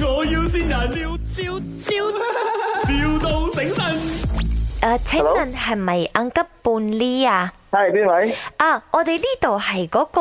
要先人，笑笑笑，,笑到醒 神。诶，請 Hello？問係咪硬急半呢啊？系边位？啊，我哋呢度係嗰個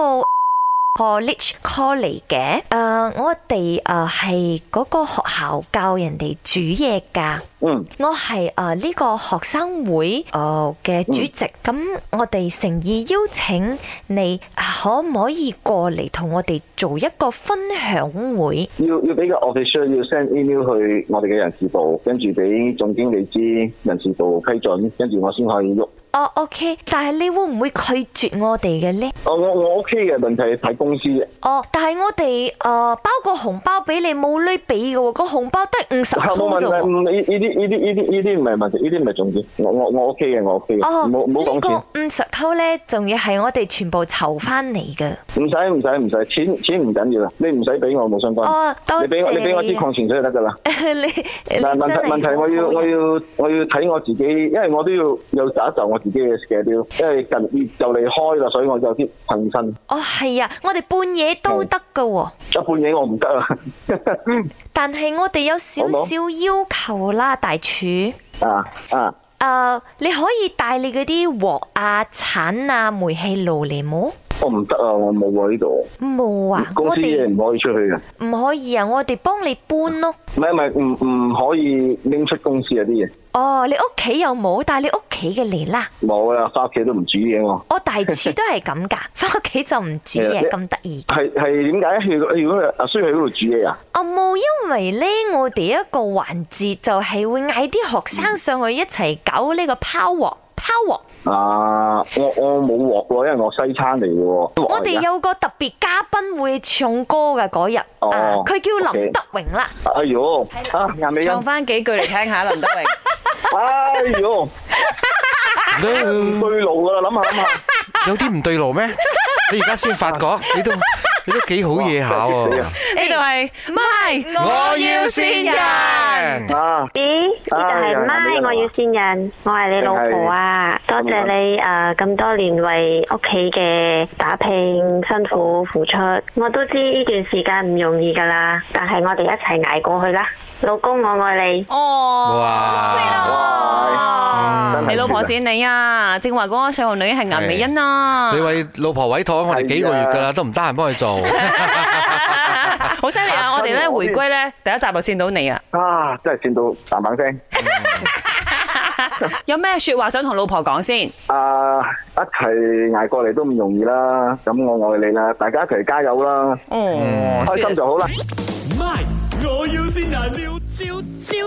college call 嚟嘅。诶、我哋诶系嗰個學校教人哋煮嘢㗎。嗯，我係诶呢個學生會诶嘅主席，嗯咁、我哋誠意邀請你，呃可唔可以過嚟同我哋做一個分享會？要要俾個 official 要 send email 去我哋嘅人事部，跟住俾總經理知人事部批准，跟住我先可以喐。哦，OK，但係你會唔會拒絕我哋嘅呢？哦，我我 OK 嘅，問題係睇公司嘅。哦，但係我哋诶、呃包個紅包俾你冇女俾嘅喎，個紅包得五十啊 冇問蚊啫題，喎。唔呢呢啲呢啲呢啲呢啲唔係問題，呢啲唔係重點。我我我 OK 嘅，我 OK 嘅，哦，唔好唔好講呢錢。個五十扣咧，仲要係我哋全部籌翻嚟嘅。 唔使唔使唔使，錢錢唔緊要啦，你唔使俾我冇相關哦多。謝你俾我你俾我支你啊礦泉水就得㗎啦。你你但係問真係題問題，我要好我人要我要睇我自己，因為我都要有打就我自己嘅 schedule，因為近就嚟開啦，所以我有啲騰身。哦係啊，我哋半夜都得嘅喎，一半嘢我唔得啊！ 但係我哋有少好少要求啦，大廚。啊啊，诶、你可以帶你嗰啲鑊啊、鏟啊、煤氣爐嚟冇？我唔得啊，我冇喎呢度，冇啊，公我司嘢哋唔可以出去嘅，唔可以啊，我哋幫你搬咯。唔係唔係唔唔可以拎出公司嗰啲嘢，哦，你屋企有冇？但係你屋企嘅嚟 啦。冇啦，翻屋企都唔煮嘢我。我大廚都係咁㗎， 翻屋企就唔煮係啊你嘢，咁得意。係係點解？如果如果阿孫喺嗰度煮嘢啊？啊冇，因為呢，我哋一個環節就係會嗌啲學生上去一齊搞呢個拋鑊。拋鑊，啊，我我冇鑊喎，因為我西餐嚟嘅喎。我哋有個特別嘉賓會唱歌嘅嗰日，哦啊佢叫 OK 林德榮啦。哎呦，啊，顏美欣，唱翻幾句嚟聽下，林德 榮。哎呦，唔對路㗎啦，諗下諗下。有啲唔對路 咩？你而家先發覺，你都你都幾好嘢下喎！呢度係咪？我要先人，啊，咦，呢度哎呀係難得咪？啦我要先人，我係你老婆啊！多謝你誒咁、多年為屋企嘅打拼辛苦付出，我都知呢段時間唔容易噶啦，但係我哋一齊捱過去啦，老公我愛你。哇哦真係你老婆善你啊！正話嗰個細路女係顏美欣啊，你為老婆委託我哋幾個月㗎啦，都唔得閒幫佢做。 好犀利啊！我哋咧回歸咧第一集就見到你啊！啊，真係笑到嘭嘭聲。有咩説話想同老婆講先？啊，一齊捱過嚟都唔容易啦，咁我愛你啦，大家一齊加油啦，哦，開心就好啦。 My，我要先人，笑笑笑，